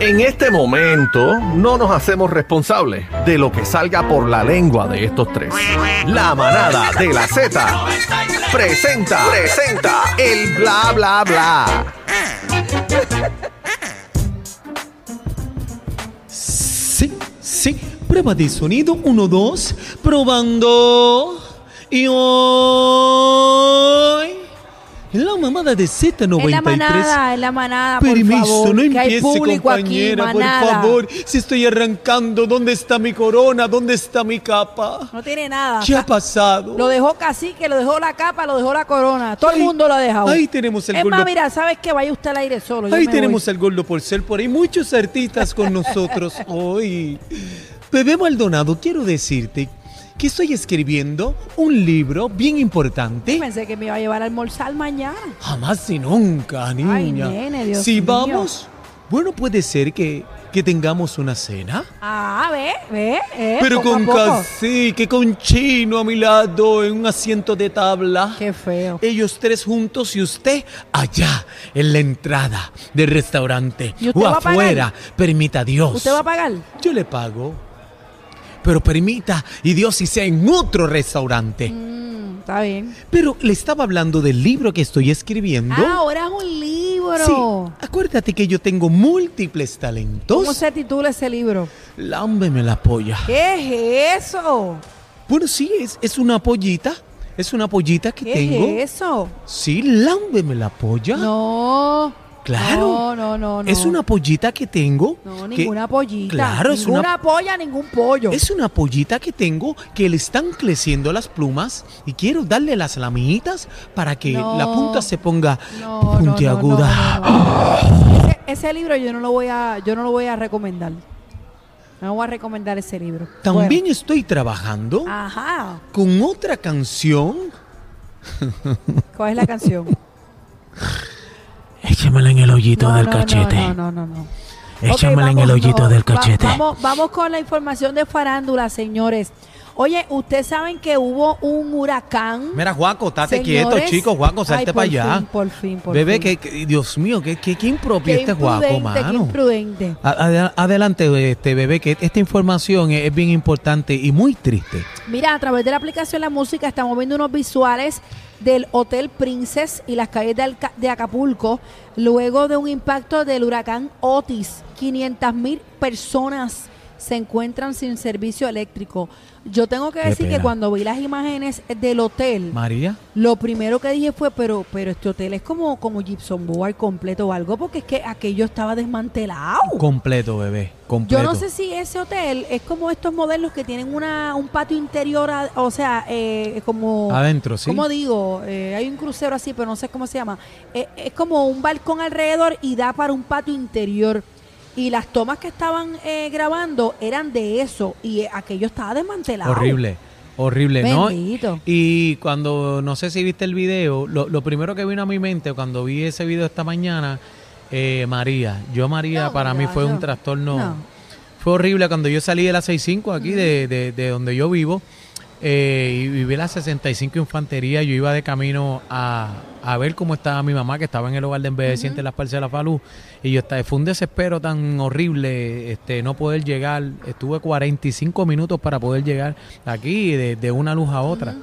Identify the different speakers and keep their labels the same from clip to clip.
Speaker 1: En este momento no nos hacemos responsables de lo que salga por la lengua de estos tres. La manada de la Z presenta, presenta el bla bla bla.
Speaker 2: Sí, sí. Prueba de sonido 1, 2. Probando. Y hoy. La mamada de
Speaker 3: En la
Speaker 2: Z93.
Speaker 3: manada, en la manada, por
Speaker 2: Permiso,
Speaker 3: favor,
Speaker 2: no
Speaker 3: que hay
Speaker 2: empiece,
Speaker 3: público aquí,
Speaker 2: compañera, por
Speaker 3: manada.
Speaker 2: favor. Si estoy arrancando, ¿dónde está mi corona? ¿Dónde está mi capa?
Speaker 3: No tiene nada.
Speaker 2: ¿Qué ha
Speaker 3: Está-
Speaker 2: pasado?
Speaker 3: Lo dejó cacique, lo dejó la capa, lo dejó la corona. Todo
Speaker 2: Ahí-
Speaker 3: el mundo lo ha dejado.
Speaker 2: ahí tenemos el
Speaker 3: Es
Speaker 2: gordo.
Speaker 3: más, mira, ¿sabes qué? Vaya usted al aire solo. yo
Speaker 2: Ahí
Speaker 3: me
Speaker 2: tenemos
Speaker 3: voy.
Speaker 2: al gordo por ser por ahí. Muchos artistas con nosotros hoy. Bebé Maldonado, quiero decirte que estoy escribiendo un libro bien importante.
Speaker 3: Pensé que me iba a llevar a almorzar mañana.
Speaker 2: Jamás y nunca, niña.
Speaker 3: nene, Dios
Speaker 2: si
Speaker 3: mío.
Speaker 2: vamos, bueno, puede ser que, que tengamos una cena.
Speaker 3: Ah, ve, ve, eh,
Speaker 2: Pero
Speaker 3: poco a
Speaker 2: con
Speaker 3: poco.
Speaker 2: cacique, con chino a mi lado, en un asiento de tabla.
Speaker 3: Qué feo.
Speaker 2: Ellos tres juntos y usted allá, en la entrada del restaurante.
Speaker 3: ¿Y usted
Speaker 2: O
Speaker 3: va a pagar?
Speaker 2: afuera, permita Dios.
Speaker 3: ¿Usted va a pagar?
Speaker 2: Yo le pago. Pero permita, y Dios, si sea en otro restaurante.
Speaker 3: Mm, está bien.
Speaker 2: Pero le estaba hablando del libro que estoy escribiendo.
Speaker 3: Ah, ahora es un libro.
Speaker 2: Sí, acuérdate que yo tengo múltiples talentos.
Speaker 3: ¿Cómo se titula ese libro?
Speaker 2: Lámbeme la polla.
Speaker 3: ¿Qué es eso?
Speaker 2: Bueno, sí, es, es una pollita. Es una pollita que
Speaker 3: ¿Qué
Speaker 2: tengo.
Speaker 3: es eso?
Speaker 2: Sí, lámbeme la polla.
Speaker 3: No.
Speaker 2: ¿Ah? Claro.
Speaker 3: No, no, no, no.
Speaker 2: Es una pollita que tengo.
Speaker 3: No,
Speaker 2: que-
Speaker 3: ninguna pollita.
Speaker 2: Claro, es
Speaker 3: ninguna
Speaker 2: una,
Speaker 3: polla, ningún pollo.
Speaker 2: es una pollita que tengo que le están creciendo las plumas y quiero darle las lamitas para que
Speaker 3: No.
Speaker 2: la punta se ponga
Speaker 3: No, no, no,
Speaker 2: puntiaguda. ¡Ah!
Speaker 3: no, no, no. Ese, ese libro yo no lo voy a, yo no lo voy a recomendar. No voy a recomendar ese libro.
Speaker 2: También estoy trabajando
Speaker 3: Bueno, ajá.
Speaker 2: con otra canción.
Speaker 3: ¿Cuál es la canción?
Speaker 2: Échamela en el hoyito del cachete.
Speaker 3: No, no, no, no.
Speaker 2: Échamela
Speaker 3: Ok,
Speaker 2: en el
Speaker 3: vamos,
Speaker 2: hoyito
Speaker 3: no,
Speaker 2: del
Speaker 3: va-
Speaker 2: cachete.
Speaker 3: vamos, vamos con la información de farándula, señores. Oye, ustedes saben que hubo un huracán.
Speaker 2: Mira, Juaco, estate
Speaker 3: Señores,
Speaker 2: quieto, chico. Juaco, salte para
Speaker 3: ay, por
Speaker 2: allá.
Speaker 3: fin, por fin, por
Speaker 2: Bebé,
Speaker 3: fin.
Speaker 2: que, que- Dios mío, que, que, que impropio
Speaker 3: Qué
Speaker 2: este Juaco,
Speaker 3: imprudente, qué
Speaker 2: mano.
Speaker 3: imprudente.
Speaker 2: A- adela- Adelante, este bebé, que esta información es, es bien importante y muy triste.
Speaker 3: Mira, a través de la aplicación La Música estamos viendo unos visuales del Hotel Princess y las calles de, Alca- de Acapulco luego de un impacto del huracán Otis. 500 mil personas se encuentran sin servicio eléctrico. Yo tengo que
Speaker 2: Qué
Speaker 3: decir que
Speaker 2: pena.
Speaker 3: cuando vi las imágenes del hotel,
Speaker 2: María,
Speaker 3: lo primero que dije fue, pero, pero este hotel es como, como Gibson Board completo o algo, porque es que aquello estaba desmantelado.
Speaker 2: completo, bebé,
Speaker 3: Yo
Speaker 2: completo.
Speaker 3: no sé si ese hotel es como estos modelos que tienen una, un patio interior, a- o sea, eh, como...
Speaker 2: Adentro, Ah, sí.
Speaker 3: ¿Cómo digo? Eh, hay un crucero así, pero no sé cómo se llama. Eh, es como un balcón alrededor y da para un patio interior. Y las tomas que estaban eh, grabando eran de eso. Y eh, aquello estaba desmantelado.
Speaker 2: Horrible, horrible,
Speaker 3: Bendito.
Speaker 2: ¿no? Y cuando, no sé si viste el video, lo, lo primero que vino a mi mente cuando vi ese video esta mañana, eh, María, yo María
Speaker 3: No,
Speaker 2: para mí
Speaker 3: mira,
Speaker 2: fue un
Speaker 3: yo-
Speaker 2: trastorno,
Speaker 3: no.
Speaker 2: fue horrible cuando yo salí de la 65 aquí, de, de- de donde yo vivo, eh, y viví la 65 Infantería, yo iba de camino a, a ver cómo estaba mi mamá, que estaba en el hogar de envejecientes en las parcelas Falú, y yo estaba, fue un desespero tan horrible este no poder llegar, estuve 45 minutos para poder llegar aquí de, de una luz a otra.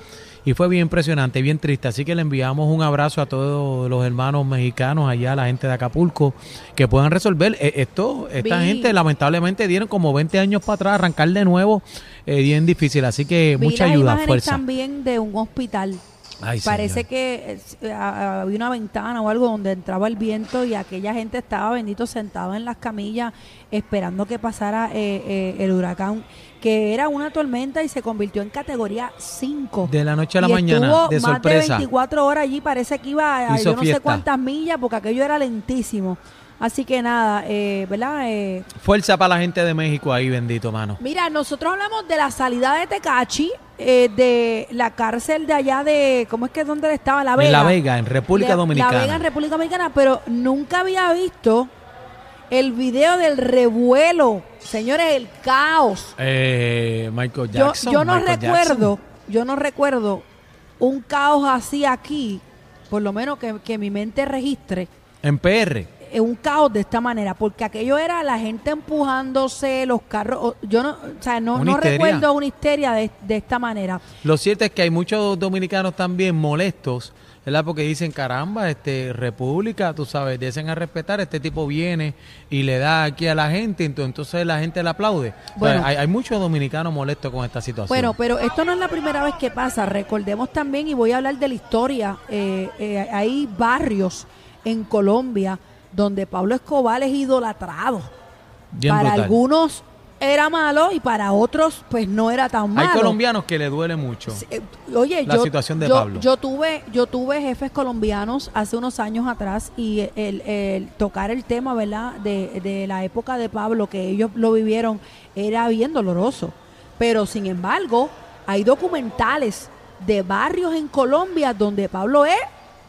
Speaker 2: Y fue bien impresionante, bien triste. Así que le enviamos un abrazo a todos los hermanos mexicanos allá, a la gente de Acapulco, que puedan resolver eh, esto. Esta
Speaker 3: Vi-
Speaker 2: gente lamentablemente dieron como 20 años para atrás, arrancar de nuevo, eh, bien difícil. Así que
Speaker 3: Vi
Speaker 2: mucha
Speaker 3: las
Speaker 2: ayuda,
Speaker 3: imágenes
Speaker 2: fuerza.
Speaker 3: también de un hospital.
Speaker 2: Ay,
Speaker 3: Parece
Speaker 2: señor.
Speaker 3: que eh, a- a- había una ventana o algo donde entraba el viento y aquella gente estaba, bendito, sentada en las camillas esperando que pasara eh, eh, el huracán, que era una tormenta y se convirtió en categoría 5.
Speaker 2: De la noche a la
Speaker 3: Y
Speaker 2: mañana,
Speaker 3: estuvo
Speaker 2: de
Speaker 3: más de
Speaker 2: sorpresa.
Speaker 3: 24 horas allí, parece que iba a, a
Speaker 2: Hizo
Speaker 3: yo no
Speaker 2: fiesta.
Speaker 3: sé cuántas millas porque aquello era lentísimo. Así que nada, eh, ¿verdad? Eh,
Speaker 2: Fuerza para la gente de México ahí, bendito mano.
Speaker 3: Mira, nosotros hablamos de la salida de Tecachi, eh, de la cárcel de allá de, ¿cómo es que dónde estaba? La Vega.
Speaker 2: En La Vega, en República
Speaker 3: La-
Speaker 2: Dominicana.
Speaker 3: La Vega en República Dominicana, pero nunca había visto el video del revuelo. Señores, el caos.
Speaker 2: Eh, Michael
Speaker 3: Yo-
Speaker 2: Jackson.
Speaker 3: yo, no
Speaker 2: Michael
Speaker 3: recuerdo,
Speaker 2: Jackson.
Speaker 3: yo no recuerdo un caos así aquí, por lo menos que, que mi mente registre,
Speaker 2: En PR.
Speaker 3: eh, un caos de esta manera, porque aquello era la gente empujándose, los carros, o- yo no, o sea, no,
Speaker 2: Una
Speaker 3: no
Speaker 2: histeria.
Speaker 3: recuerdo una histeria de, de esta manera.
Speaker 2: Lo cierto es que hay muchos dominicanos también molestos, ¿verdad? Porque dicen, caramba, este República, tú sabes, dicen a respetar, este tipo viene y le da aquí a la gente, ento- entonces la gente le aplaude. O sea,
Speaker 3: Bueno.
Speaker 2: hay, hay muchos dominicanos molestos con esta situación.
Speaker 3: Bueno, pero esto no es la primera vez que pasa. Recordemos también, y voy a hablar de la historia, eh, eh, hay barrios en Colombia donde Pablo Escobar es idolatrado.
Speaker 2: Bien
Speaker 3: para
Speaker 2: brutal.
Speaker 3: algunos era malo y para otros pues no era tan malo.
Speaker 2: Hay colombianos que le duele mucho.
Speaker 3: Sí, eh, Oye,
Speaker 2: La
Speaker 3: yo,
Speaker 2: situación de
Speaker 3: yo-
Speaker 2: Pablo.
Speaker 3: yo tuve, yo tuve jefes colombianos hace unos años atrás y el, el tocar el tema, ¿verdad? De, de la época de Pablo que ellos lo vivieron era bien doloroso. Pero sin embargo, hay documentales de barrios en Colombia donde Pablo es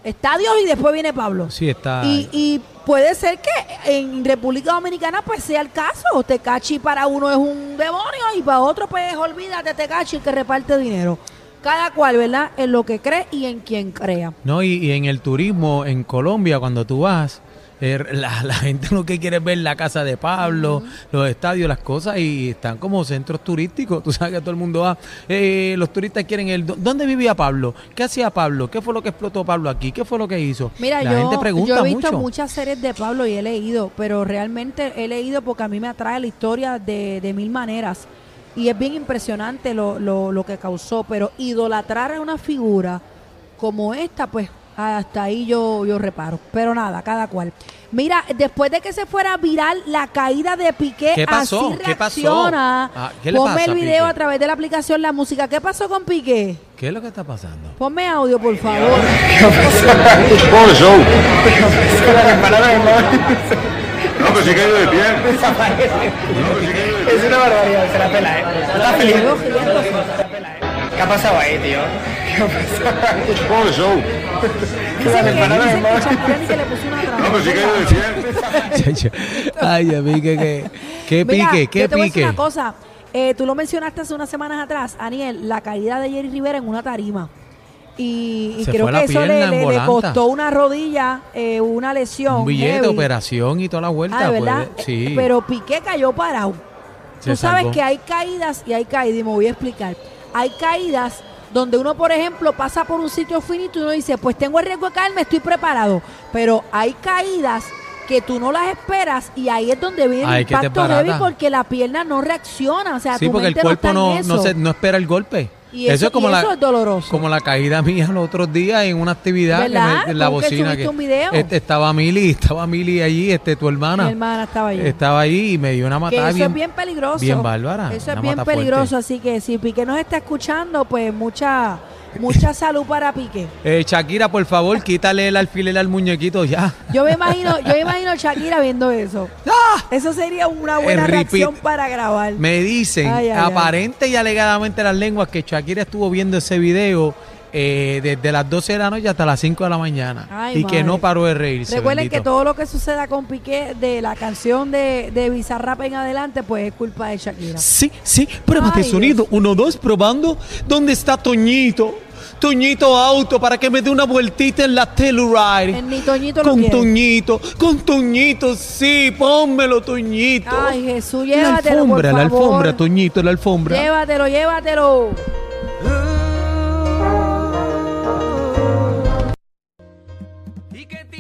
Speaker 3: estadios y después viene Pablo.
Speaker 2: Sí, está.
Speaker 3: Y, y puede ser que en República Dominicana pues sea el caso. Tecachi para uno es un demonio y para otro pues olvídate Tecachi que reparte dinero. Cada cual, ¿verdad? En lo que cree y en quien crea.
Speaker 2: No, y, y en el turismo en Colombia, cuando tú vas, eh, la, la gente lo que quiere es ver la casa de Pablo, los estadios, las cosas, y están como centros turísticos. Tú sabes que todo el mundo va. eh, los turistas quieren el. "¿Dó- ¿Dónde vivía Pablo? ¿Qué hacía Pablo? ¿Qué fue lo que explotó Pablo aquí? ¿Qué fue lo que hizo?
Speaker 3: Mira,
Speaker 2: la
Speaker 3: yo,
Speaker 2: gente pregunta
Speaker 3: yo he visto
Speaker 2: mucho.
Speaker 3: muchas series de Pablo y he leído, pero realmente he leído porque a mí me atrae la historia de, de mil maneras. Y es bien impresionante lo, lo, lo que causó, pero idolatrar a una figura como esta, pues hasta ahí yo, yo reparo. Pero nada, cada cual. Mira, después de que se fuera viral la caída de Piqué,
Speaker 2: ¿Qué pasó?
Speaker 3: así
Speaker 2: ¿Qué pasó?
Speaker 3: reacciona.
Speaker 2: Ah, ¿qué le
Speaker 3: Ponme
Speaker 2: pasa a
Speaker 3: el video
Speaker 2: Piqué?
Speaker 3: a través de la aplicación La Música. ¿Qué pasó con Piqué?
Speaker 2: ¿Qué es lo que está pasando?
Speaker 3: Ponme audio, por favor.
Speaker 4: Bom jogo. No, pero sí cayó de pie.
Speaker 5: Es una barbaridad, se la pela, ¿eh? Está feliz.
Speaker 3: Llegó riéndose.
Speaker 5: ¿Qué ha pasado ahí, tío?
Speaker 4: Bom jogo.
Speaker 3: Dicen que, dicen que Chaparral que le puso una traba.
Speaker 4: No, pero sí cayó de pie.
Speaker 2: Chacho. Ay, a mí que. que- ¿Qué
Speaker 3: Mira,
Speaker 2: pique? ¿Qué
Speaker 3: yo te voy a decir
Speaker 2: pique?
Speaker 3: una cosa. Eh, tú lo mencionaste hace unas semanas atrás, Aniel, la caída de Jerry Rivera en una tarima. Y, y
Speaker 2: Se
Speaker 3: creo
Speaker 2: fue la
Speaker 3: que eso le,
Speaker 2: pierna en
Speaker 3: le- le
Speaker 2: volanta.
Speaker 3: costó una rodilla, eh, una lesión.
Speaker 2: Un billete,
Speaker 3: heavy.
Speaker 2: operación y toda la vuelta.
Speaker 3: Ah, ¿de
Speaker 2: pues,
Speaker 3: ¿verdad?
Speaker 2: sí.
Speaker 3: Eh, Pero Piqué cayó parado.
Speaker 2: Se
Speaker 3: Tú sabes
Speaker 2: salvó.
Speaker 3: que hay caídas y hay caídas, y me voy a explicar. Hay caídas donde uno, por ejemplo, pasa por un sitio finito y uno dice, pues tengo el riesgo de caerme, estoy preparado. Pero hay caídas que tú no las esperas y ahí es donde viene
Speaker 2: Ay,
Speaker 3: el
Speaker 2: que te
Speaker 3: impacto heavy
Speaker 2: barata.
Speaker 3: porque la pierna no reacciona. O sea,
Speaker 2: Sí,
Speaker 3: tu
Speaker 2: porque el
Speaker 3: mente
Speaker 2: cuerpo
Speaker 3: no,
Speaker 2: no,
Speaker 3: está en
Speaker 2: no,
Speaker 3: eso.
Speaker 2: se, no espera el golpe.
Speaker 3: Y eso- y eso es doloroso.
Speaker 2: Como la caída mía los otros días en una actividad que
Speaker 3: ¿Verdad?
Speaker 2: me- en la
Speaker 3: ¿Tú que
Speaker 2: bocina.
Speaker 3: subiste un video?
Speaker 2: este, estaba Mili, estaba Mili allí, este, tu hermana.
Speaker 3: Mi hermana estaba ahí.
Speaker 2: Estaba ahí y me dio una
Speaker 3: Que
Speaker 2: matada
Speaker 3: eso
Speaker 2: bien,
Speaker 3: es bien peligroso.
Speaker 2: bien bárbara,
Speaker 3: Eso es
Speaker 2: una
Speaker 3: bien
Speaker 2: mata fuerte.
Speaker 3: peligroso. Así que si Piqué nos está escuchando, pues mucha, mucha salud para Piqué.
Speaker 2: Eh, Shakira, por favor, quítale el alfiler al muñequito ya.
Speaker 3: Yo me imagino, yo me imagino a Shakira viendo eso. Eso sería una buena
Speaker 2: El repeat.
Speaker 3: reacción para grabar.
Speaker 2: Me dicen,
Speaker 3: Ay, ay, ay.
Speaker 2: aparente y alegadamente las lenguas, que Shakira estuvo viendo ese video eh, desde las 12 de la noche hasta las 5 de la mañana.
Speaker 3: Ay,
Speaker 2: y que
Speaker 3: madre.
Speaker 2: no paró de reírse.
Speaker 3: Recuerden que
Speaker 2: bendito.
Speaker 3: todo lo que suceda con Piqué de la canción de, de Bizarrap en adelante, pues es culpa de Shakira.
Speaker 2: Sí, sí, prueba
Speaker 3: Ay,
Speaker 2: de sonido.
Speaker 3: Dios.
Speaker 2: Uno, dos, probando. ¿Dónde está Toñito? Toñito Auto para que me dé una vueltita en la Telluride.
Speaker 3: En ni Toñito lo
Speaker 2: con
Speaker 3: quiere.
Speaker 2: Toñito, con Toñito, sí, pónmelo, Toñito.
Speaker 3: Ay, Jesús,
Speaker 2: la
Speaker 3: llévatelo, por
Speaker 2: alfombra, la
Speaker 3: favor.
Speaker 2: alfombra, Toñito, la alfombra.
Speaker 3: Llévatelo, llévatelo.